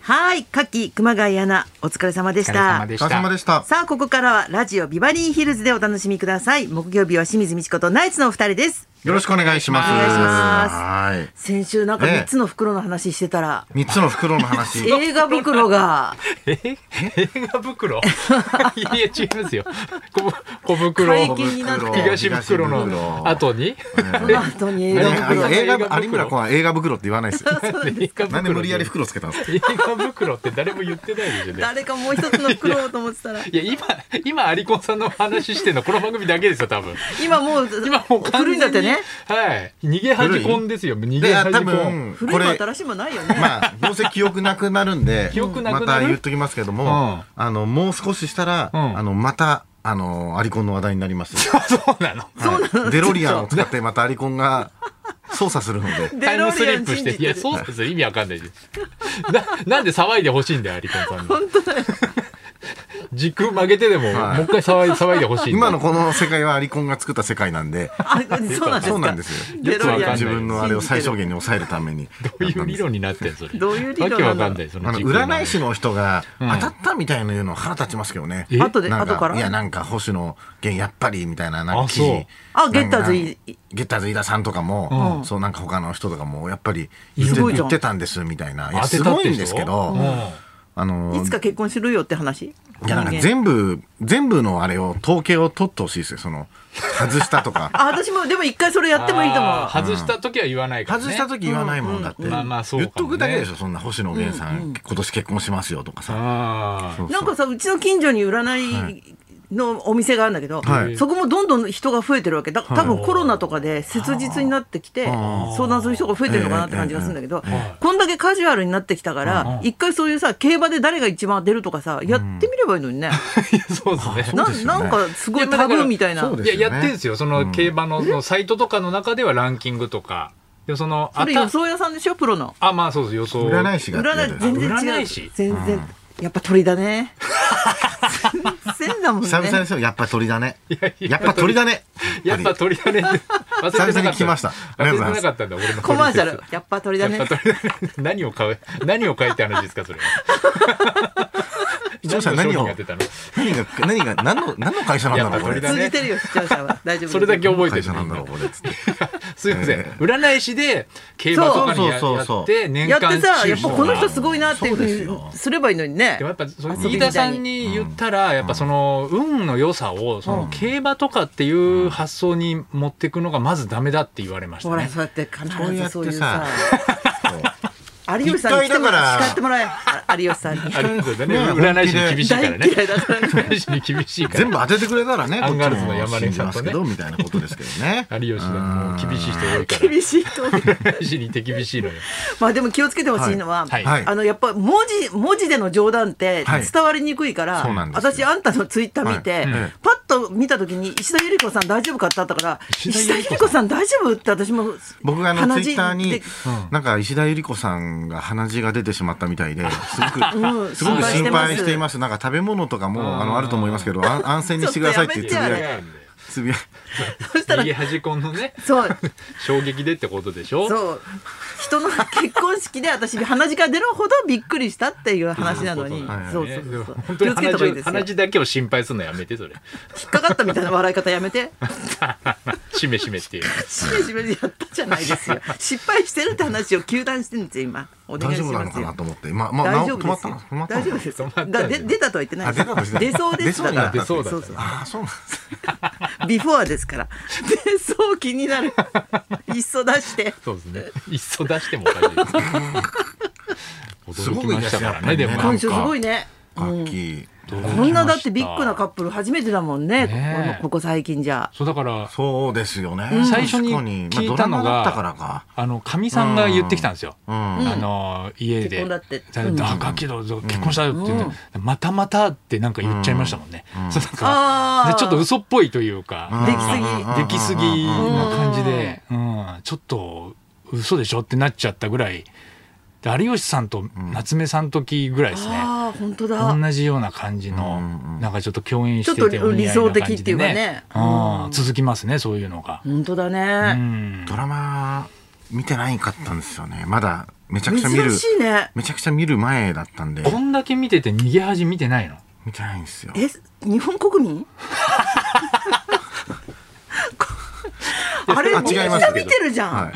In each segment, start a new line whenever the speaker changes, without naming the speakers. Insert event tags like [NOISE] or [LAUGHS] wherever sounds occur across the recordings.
はい、夏季熊谷アナ、お疲れ様でし
お疲れ
た
様。で
お
し
疲れ様
た。
でした。
さあ、ここからはラジオビバリーヒルズでお楽しみください。木曜日は清水美智子とナイツのお二人です。
よろしくお願いします。
お願いし
ます
はい。
先週なんか
ねえ
3つの袋の話してたら、
三つの袋の話。
[LAUGHS] 映画袋
[LAUGHS]
が
え映画 [LAUGHS] 袋いや違いますよ。小小袋
解禁になって
東袋の後に
この後に映
ね
画
あの
袋
映
映画
画
袋
有村君は映画袋って言わないですよ。
映画
なんで無理やり
袋
袋つけたんですか。
映画袋って誰も言ってないでしょね。
誰かもう一つの袋をと思ってたら
いや今今アリコンさんの話してるのこの番組だけですよ多分。
今もう
[LAUGHS]
今もう完全
古
に
いんだってね
はい逃げ恥コンですよ逃げ
で、
恥
多
コン。
分
古
こ
いも
れ
新しいもないよね、
まあどうせ記憶なくなるんで
記憶なくな
ま
る
た言っときますけど
うん
も、あのもう少ししたら
うん
あのまたあのアリコンの話題になりま
[LAUGHS]
す。
そうなの。
はいデロリアンを使ってまたアリコンが操作す
[LAUGHS]
るので。
デ
タイ
ロ
ムス
リ
リ
アン
ップし
信
て
じ
いや
て
そうなんですよ意味わかんないです。ななんで騒いでほしいんだよアリコンさんに。
本当だよ
時空曲げてでも、
はい
もう一回騒い騒いでほしいんだよ。
今のこの世界はアリコンが作った世界なんで、
あそうなんですか
そうなんですよ。
デロリアン
自分のあれを最小限
に
に抑えるために。
どういう理論になってんそれ。
どういう理論なの
わけわかんないその
あの
時空の
占い師の人が
う
当
ん
たったみたいなの腹立ちますけどね。
え
後で
なん
後から
いやなんか星野源やっぱりみたいななん
あ
か記事
そうあ
なんか
ゲッターズい
ゲッターズ飯田さんとかも、そうなんか他の人とかもやっぱり言っ
す
て
ごいじゃん
言ってたんですみたいないや
当て
す
たっ
ごい
て
んですけど、
うん
あの
いつか結婚するよって話
いやなんか全部全部のあれを統計を取ってほしいですよその外したとか
あ私もでも一回それやってもいいと思
あ
う
ー外した時は言わないからね。
外した時言わないもんだって、
うんまあまあそうかもね
言っとくだけでしょそんな星野源さん、今年結婚しますよとかさ。
あー
そうそう
なんかさうちの近所に占いのお店があるんだけど、
はい
そこもどんどん人が増えてるわけだ多分コロナとかで切実になってきて相談する人が増えてるのかなって感じがするんだけど、こんだけカジュアルになってきたから一回そういうさ競馬で誰が一番出るとかさやってみればいいのにね、
[LAUGHS] いやそうですね。
な
そうですよ
な
ね
んかすごいタブーみたいな
そうです
いや
よね
やってんですよ。その競馬のそのサイトとかの中ではランキングとか、でその
そ
あ
れ
た
予想屋さんでしょプロの
あまあそうです予想。
占い師がやって
占い
る
全然違う
占い師
全然、やっぱ鳥だね全然だもんね
久々ですよやっぱ鳥だね
やいや
やっぱ鳥だね
やっぱ鳥だねって。忘れてな
久々
か
に
っ
来ましたあ
忘
り
れ
がと
てなかった
うございます
んだ俺の
コマーシャルやっぱ鳥だ
や
ね
っぱ鳥だね。何を買う何を買えって話ですかそれは。
[LAUGHS] 視聴者何
の商品
を
が出たの。
何が何が何の何の会社なんだろうこ
やっぱ鳥
通じ
だね
れ
てるよ視聴者
[LAUGHS]
は大丈夫
それだけ覚えて
会
る。
社なんだろうこれっつって
すいません、
ええ
占い師で競馬とかにや
そうそうそうそう
やって年
やっ
間
てさ、
収
やっ
支と
ぱ
か
この人すごいなっていうふ
そううです
にすればいいのにね
でも。やっぱその
遊びみたいに
飯田さんに言ったらやっぱその運の良さをその競馬とかっていう発想に持っていくのがまずダメだって言われました
ほら、
ね。
そうやって必
そうや
ずそ
って
ういうさ
さ、
有吉さんに来ても
一回だから
ら叱ってもらえ、あ有吉さんに。
あるんですよね。
ね
占い師に厳しいか
大
ら
嫌
ね。
いだからね。
占い師に厳しいから。
全部当ててくれたらね
ア
こ
ン
っ
ガー
ち
ルズの
も
山
信
根
じ
さん
ま
と
す
ね
けどみたいなことですけどね
[LAUGHS] 有吉だもう [LAUGHS] 厳しい人多いから。
[LAUGHS] 厳しいと思う。
占い師に手厳しいのよ。
まあでも気をつけてほしいのは、
はい
はい
あのやっぱ文字文字での冗談って
はい
伝わりにくいから、
そうなんですよ
私あんたのツイッター見て、
はいうん
パッと見た時に石田ゆり子さん大丈夫かってあったから
石
石
田
田
ゆ
ゆ
り子さ
り
ん
子さん大丈夫って私も
僕があの
鼻
ツイ
血
ッター
で
になんか石田ゆり子さんが鼻血が出てしまったみたいですご
うん
くすご
心
く
配してます
心配していますなんか食べ物とかもあのあると思いますけどあん安静にしてくださいってつぶ
ちょっとやめて
や
あ
いつぶやい
そしたら
右端コンのね
そう
衝撃でってことでしょ。
そう人の結婚式で私鼻血が出るほどびっくりしたっていう話なのに
そ
そう
ね
そう
でも
そう
本当
気
に
をつけた方がいいですよ
鼻血鼻血だけを心配するのやめてそれ
引っかかったみたいな笑い方やめて
[LAUGHS] しめしめっていう
しめしめでやったじゃないですよ失敗してるって話を糾弾してるんですよ今お願
大
いし
丈夫なの
ます
か
よ
なと思ってまあまあ
大
な
丈夫
お止
で
ますったの
よ
止ま。ったの
大丈夫ですよ
止ま。った
だ
んだ
で出たとは言ってない
あ出たとは言ってない
出そうですだから。
出
そうだ
そ
出そ
そ
ううだ
う
ああそうなんです
ビフォーですから。出そう気になる。いっそ出して。
そうです
[LAUGHS]
ねいっそ出してもおかしいです
す
驚
ご
き
い
ま
で
し
す
た
よ
からねでも
やっぱ
今
り
週すごいね。
楽器
こんなだってビッグなカップル初めてだもんね。
ねえ
このここ最近じゃ。
そうだから
そうですよね
最初に
確かにまあ
聞いたの
ドラマだ
が
ったからか
あのかみさんが言ってきたんですよ
うん
あの家で
結婚だって
さ
うん
あガキど結婚したよって言ってまたまたってなんか言っちゃいましたもんねそうなんか
あー
でちょっと嘘っぽいというか
うん
できすぎ
うん
出来すぎな感じで、うん、ちょっと嘘でしょってなっちゃったぐらいで有吉さんと夏目さん時ぐらいですね、
ああ本当だ。
同じような感じの、
うんうん
なんかちょっと共演してて
ちょっと
お似合いな感じで
理想的っていうかね
うん続きますねそういうのが、
本当だ
う
ね。
ん
ドラマ見てないかったんですよねまだめちゃくちゃ見る
珍しいね
めちゃくちゃ見る前だったんで
こんだけ見てて逃げ恥見てないの
見てないんですよ
え日本国民あれ
あ
みん
違い
な
ま
見
すけど
てるじゃん、
はい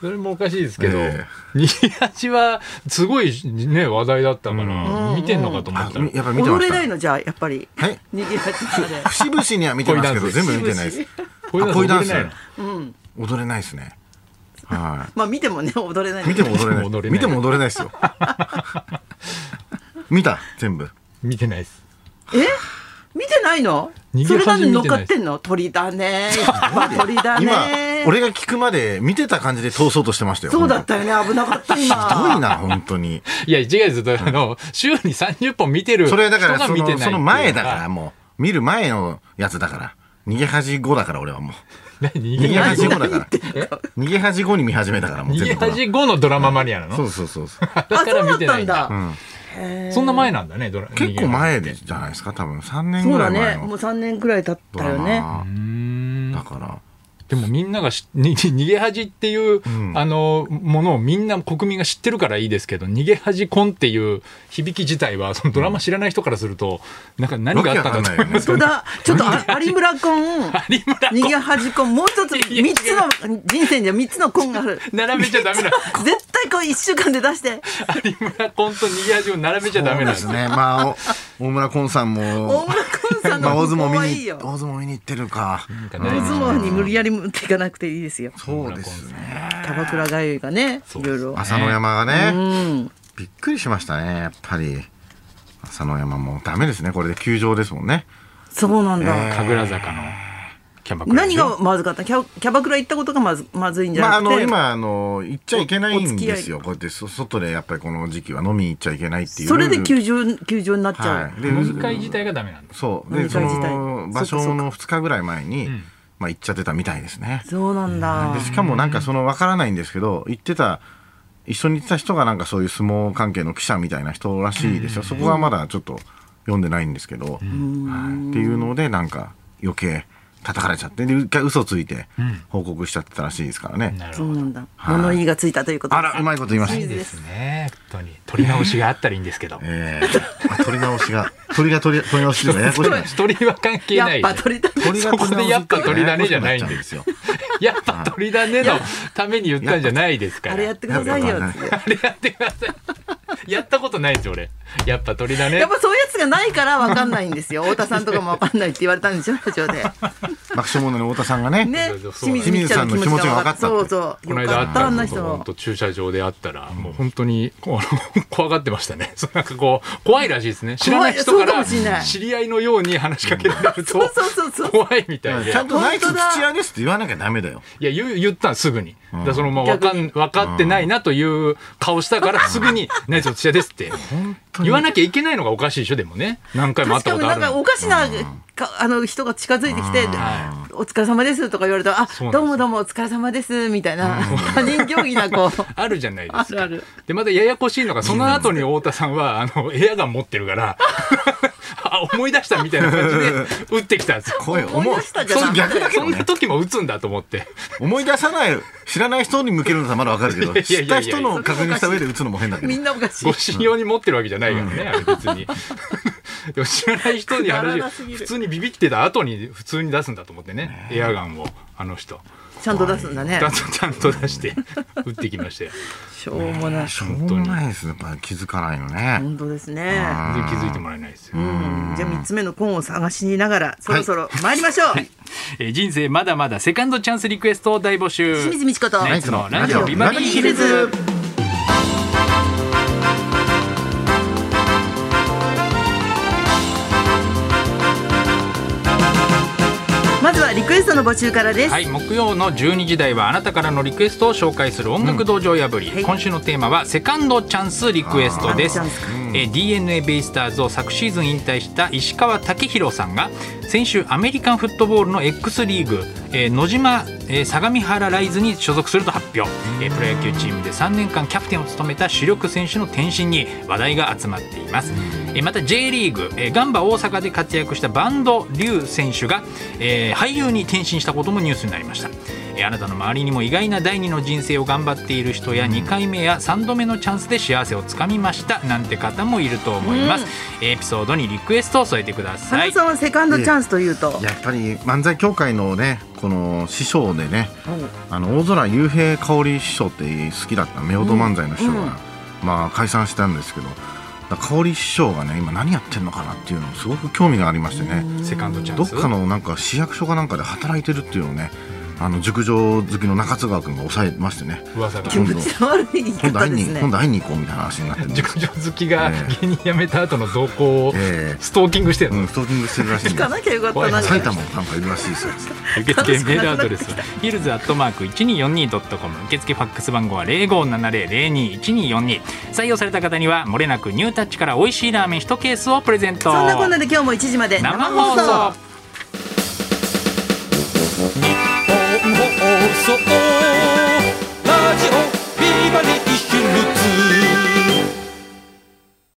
それもおかしいですけど、
え
逃げ恥はすごいね話題だったから、
うん
見てんのかと思
あ
ったら、
みやっぱ見てま
踊れ
し
ない
た
のじゃあやっぱり
はい
逃げ出しまで
節々には見てますけど
恋
全
ダンス
部見てないです
こういうの
あ恋ダンス
踊れないの
うん
踊れないですねは
まあ見てもね踊れない
い見ても踊れ
見ても踊れな
ないい見ても踊れないですよ見た全部
見てないです
え見てないの
逃
そ
げ
れなの
恥
に乗
見てない
っかってんの鳥だねまあ鳥だ
今
ね
俺が聞くまで見てた感じで通そうとしてましたよ
そうだったよね危なかった今
ひどいな本当に
いや違うですあの週に30本見てる
そ
人
れだから
が
そ
見てないっていうが
のその前だからもう見る前のやつだから逃げ恥後だから俺はも
何
う逃
逃
げ
げ恥
恥
後
後だから逃げ恥後に見始めたからもう
逃げ
全部
恥後のドラママニアなの、
そうそうそうそう
だから見てないんだ
あそうだったんだへー
そんな前なんだねドラ
結構前
逃げ
で
恥
じゃないですか多分3年
そ
ぐ
う
ら
だ
い前
ねも
の
う3年くらい経っ
ド
た
ラ
よね
う
マ
ーん
だから
でもみんながし [LAUGHS] に逃げ恥っていう、
ん
あのものをみんな国民が知ってるからいいですけど逃げ恥婚っていう響き自体はそのドラマ知らない人からすると、なんか何があったか [LAUGHS]
わけ
と
わかんないよね
そうだちょっとあ有村君
有村
逃げ恥婚もう一つ3つの人生には3つの婚がある
並べちゃダメな
絶対こう1週間で出して
有村婚と逃げ恥を並べちゃダメなん
そ
で
う
す
ですねまあお大村昆さん
大
も
村君さん
[LAUGHS] まあ
の
大相撲
婚
見
はいい
に
よ
大相撲見に行ってるか
んか
大
ね
相撲に無理やり持っていかなくていいですよ
そうですね
キャバクラがゆいがねいろいろ
朝乃山がね、
うん
びっくりしましたねやっぱり朝乃山もダメですねこれで休場ですもんね
そうなんだ
神楽坂のキャバクラ
何
ですよ
がまずかったキャキャバクラ行ったことがまずまずいんじゃ
まああ
なく
の
て、
今あの行っちゃいけないんです
お
よこうやってそ外でやっぱりこの時期は飲みに行っちゃいけないっていう
それで
場
休場休場になっちゃう、
はいで
飲み会自体がダメなんです
そう
飲
で
み
そ
会自体
の場
そ
所
っか
の2日ぐらい前に、
うん
まあ行っちゃってたみたいですね
そうなんだ
でしかもなんかそのわからないんですけど行ってた一緒に行ってた人がなんかそういう相撲関係の記者みたいな人らしいですよそこはまだちょっと読んでないんですけど、はい、っていうのでなんか余計叩かれちゃってで一回嘘ついて報告しちゃってたらしいですからね、
なる
そ
ほ
う
ど
なんだ
はい
物言いがついたということ
あらうまいこと言いま
いい
し
で
た
す
ですね本当に取り直しがあったらいいんですけど
えー、あ取り直しが鳥が取り取り直しでややこしくなっちゃ
鳥は関係な
やっ
い
ぱ取りた
う鳥が
そこでやっぱ鳥だねじゃないん
やや
で
こし
す
く
よ
っちゃうんで。
やっぱ鳥だねのために言ったんじゃないですから。
あれやってくださいよっつって
あれやってください。 [LAUGHS] やったことないですよ、俺。やっぱ鳥だね
やっ。ぱそういうやつがないから分かんないん [LAUGHS] ですよ太田さんとかも分かんないって言われたんでしょラジオで
すよ爆笑問題の太田さんがね
ね
そうそう
清水みっちゃんの気持ちが分かった
清
そ
水
うそう
この
よか
間あ
っ
ったた
あんな
の
人
本当駐車場であったら、もう本当にこうあの [LAUGHS] 怖がってましたね。そうなんかこう怖いらしいですね。知らない人か
怖いそうからもしれない
知り合いのように話しかけられると
そうそうそうそう
怖いみたいで
ち。ゃんとナイス
本当だ
土屋ですって言わなきゃダメだよ
いや言う言ったんすぐに、だからそのまあ分
逆
か
に
ん分かってないなという顔したからすぐに「ナイスお茶です」って言わなきゃいけないのがおかしいでしょでもね何回も会っ
確
た
か
こ
に
と
な
あ
ん
る
か
の
おかしなかあの人が近づいてきて「お疲れ様です」とか言われたら「あ
そうなんですよ
どうもどうもお疲れ様です」みたいな他人行儀なこう
[LAUGHS] あるじゃないで
あ
す
る
か
ある
でまたややこしいのがその後に太田さんはあの部屋が持ってるから [LAUGHS] あ思い出したみたいな感じで打ってきたんですよ
声を
思い出したじゃ
そ
な
う
い
逆だけ
そ
ど
ん
ね
な時も打つんだと思って
思い出さない知らない人に向けるのはまだわかるけど
いやいや
[LAUGHS] 知
いや
った人の確認した上で打つのも変だけど
みんなおかし
ご
い。
信用に持ってるわけじゃないからね、あれ別に。 [LAUGHS] でも知らない人に
くだら
話を
なすぎる
普通にビビってた後に普通に出すんだと思ってねエアガンをあの人
ちゃんと出すんだね
ちゃん。とちゃんと出して撃ってきましたよ
しょうもない。
しょうもないですねやっぱり気づかないのね
本当ですね。
全然気づいてもらえないですよ、
うんじゃあ三つ目のコーンを探しながらそろそろ参りましょう。
えー人生まだまだセカンドチャンスリクエストを大募集
清水美智子と
ナイツのラジオビバリーヒルズ
まずはリクエストの募集からです。
はい、木曜の12時台はあなたからのリクエストを紹介する音楽道場破り、
はい
今週のテーマはセカンドチャンスリクエストです
あーセカ、
えー、DNA ベイスターズを昨シーズン引退した石川武宏さんが先週アメリカンフットボールの X リーグ、えー野島、えー相模原ライズに所属すると発表、えープロ野球チームで3年間キャプテンを務めた主力選手の転身に話題が集まっています、えーまた J リーグ、えーガンバ大阪で活躍したバンドリュウ選手が、えー俳優に転身したこともニュースになりましたええーあなたの周りにも意外な第二の人生を頑張っている人や2回目や3度目のチャンスで幸せをつかみましたなんて方もいると思います、エピソードにリクエストを添えてくださ
花
い
さんはセカンドチャンスというと、
やっぱり漫才協会のねこの師匠でねあの大空雄平香織師匠って好きだった夫婦漫才の師匠が、
うんうん
まあ解散したんですけどだから香織師匠がね今何やってんのかなっていうのをすごく興味がありましてね
セカンドチャ
ど
ン
っ
ス
かのなんか市役所かなんかで働いてるっていうのをねあの熟女好きの中津川君が抑えましてね
噂が
気持ちの悪い言い
今
方
度会い
で
に
すね
今度会いに行こうみたいな話になってるんで
熟女好きが芸人辞めた後の動向を
ええ
ストーキングしてるの
うん、ストーキングしてるらしいん
聞
で
かなきゃよかったな
埼玉もなんかいるらしいですよ
受付メールアドレスはヒルズアットマーク 1242.com 受付ファックス番号は0570021242採用された方にはもれなくニュータッチから美味しいラーメン1ケースをプレゼント
そんなこんなで今日も1時まで
生放送
日本放送ラジオビバリー